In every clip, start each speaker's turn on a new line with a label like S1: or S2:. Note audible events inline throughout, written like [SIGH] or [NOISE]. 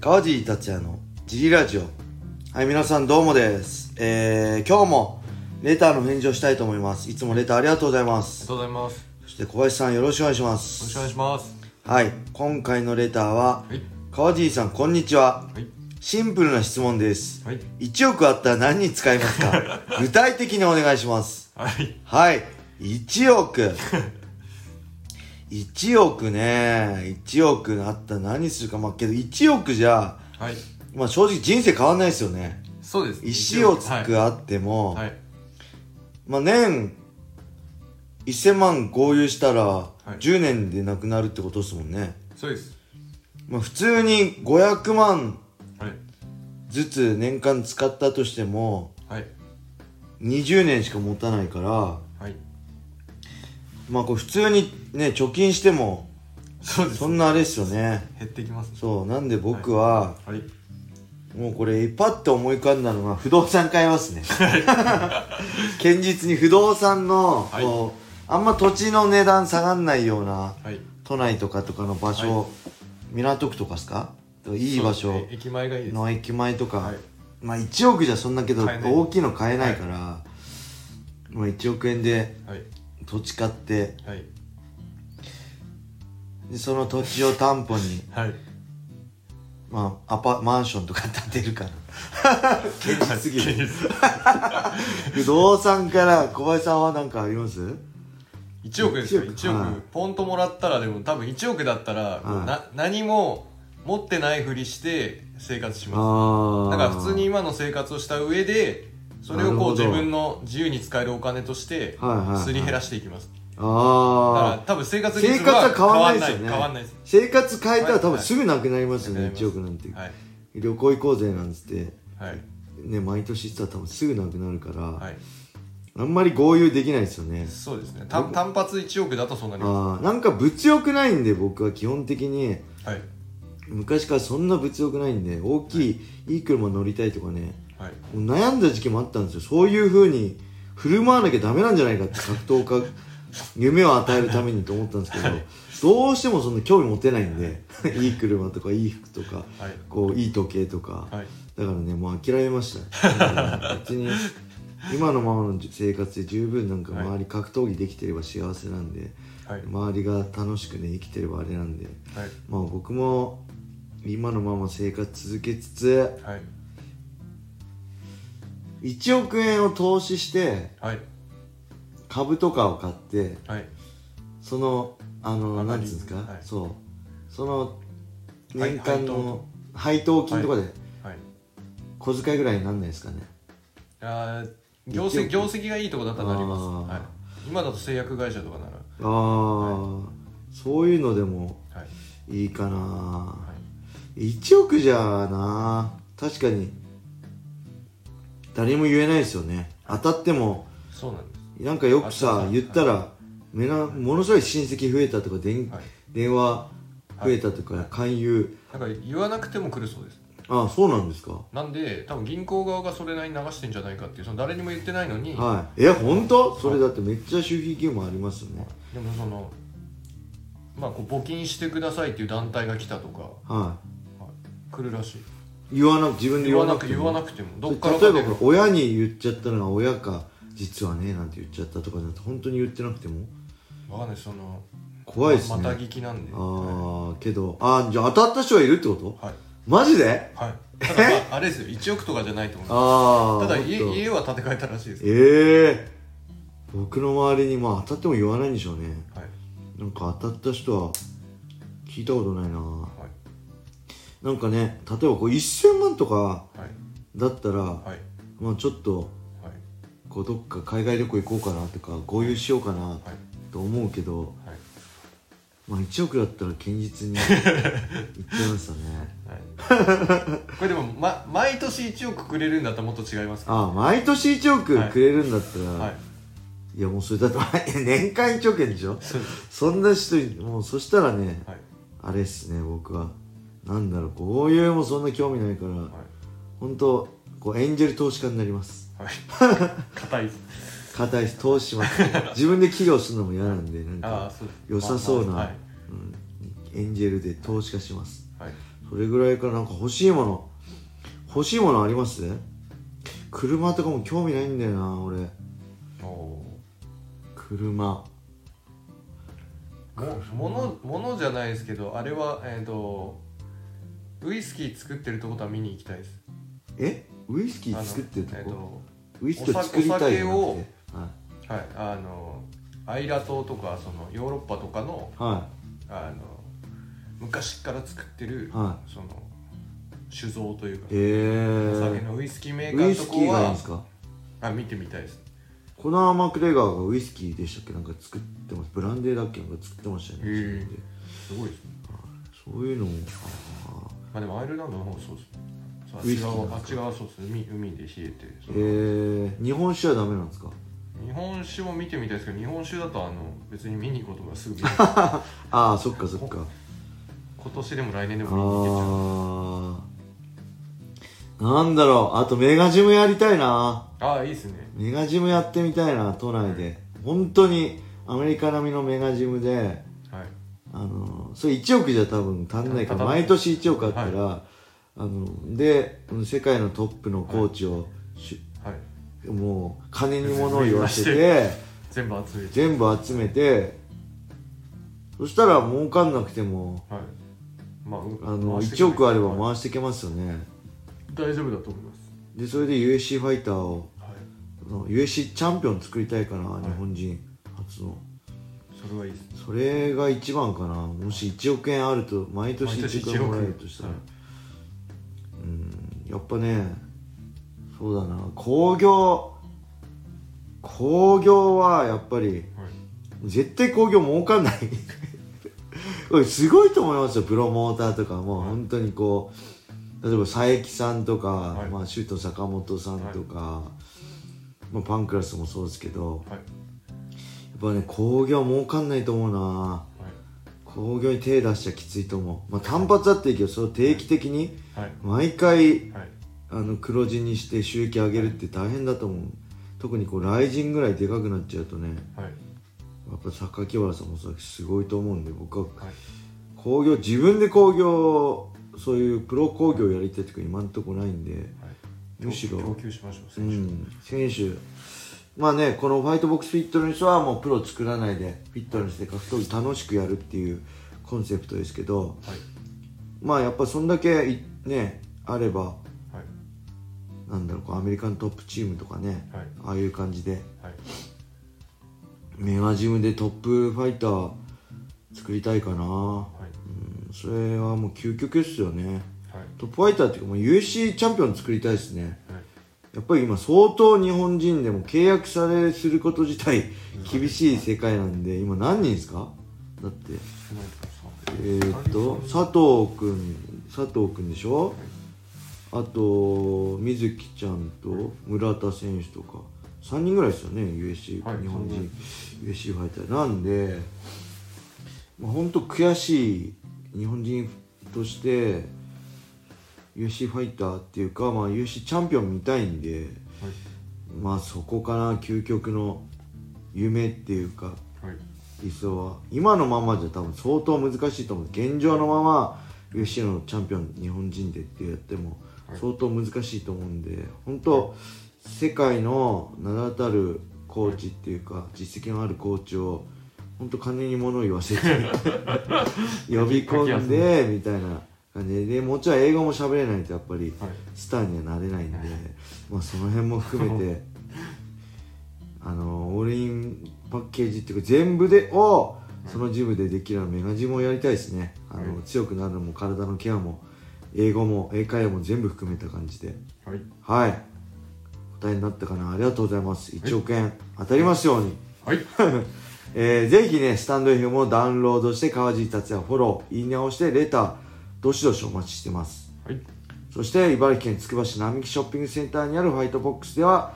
S1: 川尻達也のジリラジオはい皆さんどうもですえー、今日もレターの返事をしたいと思いますいつもレターありがとうございま
S2: ありが
S1: す
S2: とうございます。よ
S1: そして小林さんよろしくお願いします
S2: ろしくお願いします。
S1: はい今回のレターは
S2: はい。
S1: 川尻さんこんにちは
S2: はい。
S1: シンプルな質問です
S2: はい。
S1: 1億あったら何に使います
S2: [LAUGHS]
S1: か具体的にお願いします
S2: はい。
S1: はい1億
S2: [LAUGHS]
S1: 1億ね1億あったら何するかまあけど1億じゃ
S2: はい。
S1: まあ正直人生変わんないですよね
S2: そうです。
S1: 石をつくあっても、
S2: はい。はい。
S1: まあ年1000万合流したら
S2: い
S1: 10年でなくなるってことですもんね、
S2: そうです。
S1: まあ普通に500万
S2: はい。
S1: ずつ年間使ったとしても
S2: はい。
S1: 20年しか持たないから
S2: はい。
S1: まあこれ普通にね貯金しても
S2: そうです
S1: そ。んなあれですよね
S2: 減ってきます。
S1: そうなんで僕は、
S2: はい。
S1: もうこれパッと思い浮かんだのが不動産買います
S2: [LAUGHS]
S1: ね堅実に不動産の、
S2: はい
S1: こうあんま土地の値段下がんないような
S2: はい。
S1: 都内とかとかの場所、港区とかですかいい場所
S2: そうですね駅前がいいです。
S1: の駅前とか、
S2: はい
S1: まあ1億じゃそんなけど
S2: 買えない
S1: 大きいの買えないから、まあ1億円で
S2: はい。
S1: 土地買って
S2: はい。
S1: でその土地を担保に [LAUGHS]
S2: はい。
S1: まあアパマンションとか建てるから
S2: [LAUGHS]
S1: 堅実すぎる不動産から小林さんは何かあります
S2: 一億ですよ。一
S1: は
S2: 億。ポンともらったら、でも、多分一億だったら、こ
S1: は
S2: う
S1: い
S2: な、何も。持ってないふりして、生活しま
S1: あ
S2: す。だから、普通に今の生活をした上で。それをこう
S1: なるほど
S2: 自分の自由に使えるお金として
S1: はいはいはい
S2: すり減らしていきますだから
S1: あ
S2: 多分生活リ
S1: 生
S2: ズムは
S1: 活は変わんないですよね
S2: 変わんないです
S1: 生活変えたら多
S2: は
S1: 分
S2: い
S1: すぐなくなりますよね、
S2: なくなります
S1: 1億なんて、
S2: はい
S1: 旅行行こうぜなんつって
S2: はい
S1: ね毎年したら多分すぐなくなるから、
S2: はい
S1: あんまり豪遊できないですよね
S2: そうですね単単発1億だとそうなりま
S1: あーなんか物欲ないんで僕は基本的に
S2: すはい
S1: 昔からそんな物欲ないんで大きい、い、い車乗りたいとかね
S2: はい
S1: もう悩んだ時期もあったんですよそういう風に振る舞わなきゃダメなんじゃないかって格闘家 [LAUGHS] 夢を与えるためにと思ったんですけどどうしてもその興味持てないんで [LAUGHS] いい車とかいい服とか
S2: はい
S1: こういい時計とか、
S2: はい
S1: だからねもう諦めました別に今のままの生活で十分なんか
S2: はい
S1: 周り格闘技できてれば幸せなんで、
S2: はい
S1: 周りが楽しくね生きてればあれなんで
S2: はい
S1: まあ僕も今のまま生活続けつつ
S2: はい
S1: 1億円を投資して
S2: はい
S1: 株とかを買って
S2: はい
S1: そのあの
S2: 上が
S1: 何
S2: り
S1: ていうんですか、
S2: はい
S1: そうその
S2: はい
S1: 年間の配当金とかで
S2: はい
S1: 小遣いぐらいになんないですかね、
S2: あー業績業績がいいとこだったらなります
S1: あー
S2: はい今だと製薬会社とかなら
S1: ああ、そういうのでも
S2: はい
S1: いいかな、
S2: は
S1: 1億じゃあな確かに誰にも言えないですよね当たっても
S2: いそうなんです
S1: なんかよく
S2: あそう
S1: さ
S2: そう
S1: 言ったらめなものすごい親戚増えたとか電,、
S2: はい
S1: 電話増えたとか、勧誘
S2: なんか言わなくても来るそうです
S1: ああそうなんですか
S2: なんで多分銀行側がそれなりに流してんじゃないかっていうその誰にも言ってないのに
S1: はいえ本当それだってめっちゃ収益義務ありますよね
S2: でもそのまあこう募金してくださいっていう団体が来たとか
S1: は
S2: 来るらしい
S1: い言わなく自分で
S2: 言
S1: 言
S2: わ
S1: わな
S2: な
S1: く
S2: く
S1: て
S2: 言
S1: も
S2: わなくてもど
S1: 例
S2: っ
S1: え
S2: から
S1: ば
S2: かで
S1: これ親に言っちゃったのが親か実はねなんて言っちゃったとかじゃなくて本当に言ってなくても
S2: わかんないその
S1: 怖いですね、
S2: ままた聞きなんで
S1: あ
S2: は
S1: ーけどあーじゃあ当たった人がいるってこと
S2: い
S1: マジで
S2: はいただまああれですよ1億とかじゃないと思う
S1: ああ
S2: ただ家
S1: え
S2: 家は建て替えたらしいです
S1: えー、僕の周りにまあ当たっても言わないんでしょうね
S2: はい
S1: なんか当たった人は聞いたことないな
S2: はい
S1: なんかね例えばこう1000万とか
S2: はい
S1: だったら、
S2: はい
S1: まあちょっと
S2: はい
S1: こうどっか海外旅行行こうかなとか合流しようかな
S2: はい
S1: と思うけど、
S2: はい
S1: まあ1億だったら堅実にいっちゃいました
S2: [LAUGHS]
S1: ね
S2: はい
S1: [LAUGHS]
S2: これでも、ま、毎年1億くれるんだったらもっと違いますけ
S1: ああ毎年1億くれるんだったら、
S2: どはい
S1: いやもうそれだって [LAUGHS] 年間1億円でしょ
S2: そうです
S1: そんな人いもうそしたらね
S2: はい
S1: あれっすね僕はなんだろうこういうもそんな興味ないから
S2: は
S1: 本当こうエンジェル投資家になります
S2: いはい [LAUGHS] 硬いです
S1: 硬いです投資します自分で企業するのも嫌なんでなん
S2: ああ
S1: か
S2: そうです
S1: 良さそうな、
S2: はい
S1: うん、エンジェルで投資家します
S2: はい
S1: それぐらいからなんか欲しいもの欲しいものあります車とかも興味ないんだよな俺
S2: おお
S1: 車
S2: もものものじゃないですけどあれはえっ、とウイスキー作ってるとことは見に行きたいです
S1: えウイスキー作ってると
S2: あのえー
S1: こ、
S2: と
S1: ウイスキー作りたいじゃなく
S2: お
S1: ては
S2: はい、あのアイラ島とかそのヨーロッパとかの
S1: いは
S2: あの昔から作ってる、
S1: いは
S2: その酒造というか
S1: い、え
S2: お酒
S1: ー、
S2: のウイスキーメーカ
S1: ウイ
S2: ーのと
S1: スキ
S2: こ
S1: ーがいいん
S2: は
S1: ですか
S2: あ見てみたいです
S1: コナー・マクレガーがウイスキーでしたっけなんか作ってますブランデーだっけなんか作ってましたよね、
S2: へー
S1: 自分です
S2: ごいですね
S1: そういうのも
S2: まあでもアイルランドの方がそうですねそうあ
S1: ウイ
S2: っ
S1: ス
S2: ち
S1: キーなんです
S2: 側あっち側はそうです海海で冷えて
S1: え
S2: その
S1: ー、日本酒はダメなんですか
S2: 日本酒も見てみたいですけど日本酒だとあの別に見に行くことがすぐ [LAUGHS] 見れる
S1: ああそっかそっか
S2: 今年でも来年で
S1: あ
S2: も見に行けちゃう
S1: ーなんだろうあとメガジムやりたいな
S2: ああいいですね
S1: メガジムやってみたいな都内で本当にアメリカ並みのメガジムで
S2: はい
S1: あのそれ1億じゃ多分足んないから
S2: 足んない
S1: 毎年1億あったら、あので世界のトップのコーチを、し
S2: はい
S1: もう金に物を言わせて
S2: 全部集めて
S1: 全部集めてそしたら儲かんなくても
S2: はいまあう
S1: あの
S2: 回していけば
S1: 1
S2: いい
S1: 億あれば回していけますよね
S2: 大丈夫だと思います
S1: でそれで UFC ファイターを
S2: はい
S1: あの UFC チャンピオン作りたいかな日本人初の
S2: それはいいです
S1: それが一番かなもし1億円あると毎年
S2: 毎年
S1: 1億円もらえる
S2: 1億
S1: としたら
S2: はい
S1: うんやっぱねそうだな興行興行はやっぱり
S2: はい
S1: 絶対興行儲かんないこれすごいと思いますよプロモーターとかも
S2: はい
S1: 本当にこう例えば佐伯さんとか、
S2: はい
S1: まあ、シュート坂本さんとか、まあ、パンクラスもそうですけど
S2: はい
S1: やっぱね興行儲かんないと思うな
S2: は
S1: 興行に手出しちゃきついと思う、まあ、単発だっていいけどそれを定期的に
S2: い
S1: 毎回
S2: はいはい
S1: あの黒字にして収益上げるって大変だと思う特にこうライジンぐらいでかくなっちゃうとね
S2: はい
S1: やっぱ榊原さんもそうだしすごいと思うんで僕は
S2: はい
S1: 興行自分で興行そういうプロ興行やりたいとか今んとこないんでむしろ
S2: 供給しましょう
S1: う
S2: 選手
S1: ん選手まあねこのファイトボックスフィットネスはもうプロ作らないでフィットネスで格闘技楽しくやるっていうコンセプトですけど
S2: はい
S1: まあやっぱそんだけいねあれば
S2: はい
S1: なんだろうこうアメリカントップチームとかね
S2: はい
S1: ああいう感じで
S2: はい
S1: メガジムでトップファイター作りたいかな
S2: はい
S1: うんそれはもう究極っすよね
S2: はい
S1: トップファイターっていうかもう UFC チャンピオン作りたいですね
S2: はい
S1: やっぱり今相当日本人でも契約されすること自体厳しい世界なんで今何人ですかだって
S2: すごいです
S1: えー、っと佐藤くん佐藤くんでしょあと水木ちゃんと村田選手とか3人ぐらいですよね USC、
S2: はい
S1: 日
S2: そ
S1: 本
S2: う
S1: 人
S2: ね
S1: USC ファイターなんで、まあ、本当悔しい日本人として USC ファイターっていうか、まあ、USC チャンピオン見たいんでまあそこかな究極の夢っていうか
S2: はいはい
S1: 理想は今のままじゃ多分相当難しいと思う現状のまま UFC のチャンピオン日本人でってやっても
S2: はい
S1: 相当難しいと思うんで本当世界の名だたるコーチっていうか実績のあるコーチを本当金に物を言わ
S2: [LAUGHS]
S1: せて呼び込んでみたいな感じででもちろん英語も喋れないとやっぱり
S2: はい
S1: スターにはなれないんで、まあ、その辺も含めて [LAUGHS] あのオールインパッケージっていうか全部でをそのジムでできるようなメガジムをやりたいですねあの、
S2: はい
S1: 強くなるのも体のケアも英語も英会話も全部含めた感じで
S2: はい
S1: はい答えになったかなありがとうございます1億円当たりますように、
S2: はい
S1: えーぜひね、スタンド FM をダウンロードして、川尻達也フォロー、いいねを押して、レター、どしどしお待ちしてます。
S2: はい
S1: そして、茨城県つくば市並木ショッピングセンターにあるファイトボックスでは、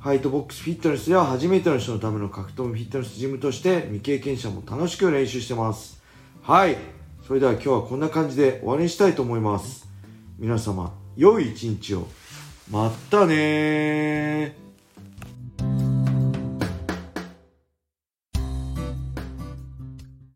S1: ファイトボックスフィットネスでは初めての人のための格闘技フィットネスジムとして未経験者も楽しく練習してます。はい。それでは今日はこんな感じで終わりにしたいと思います。皆様、良い一日を。またねー。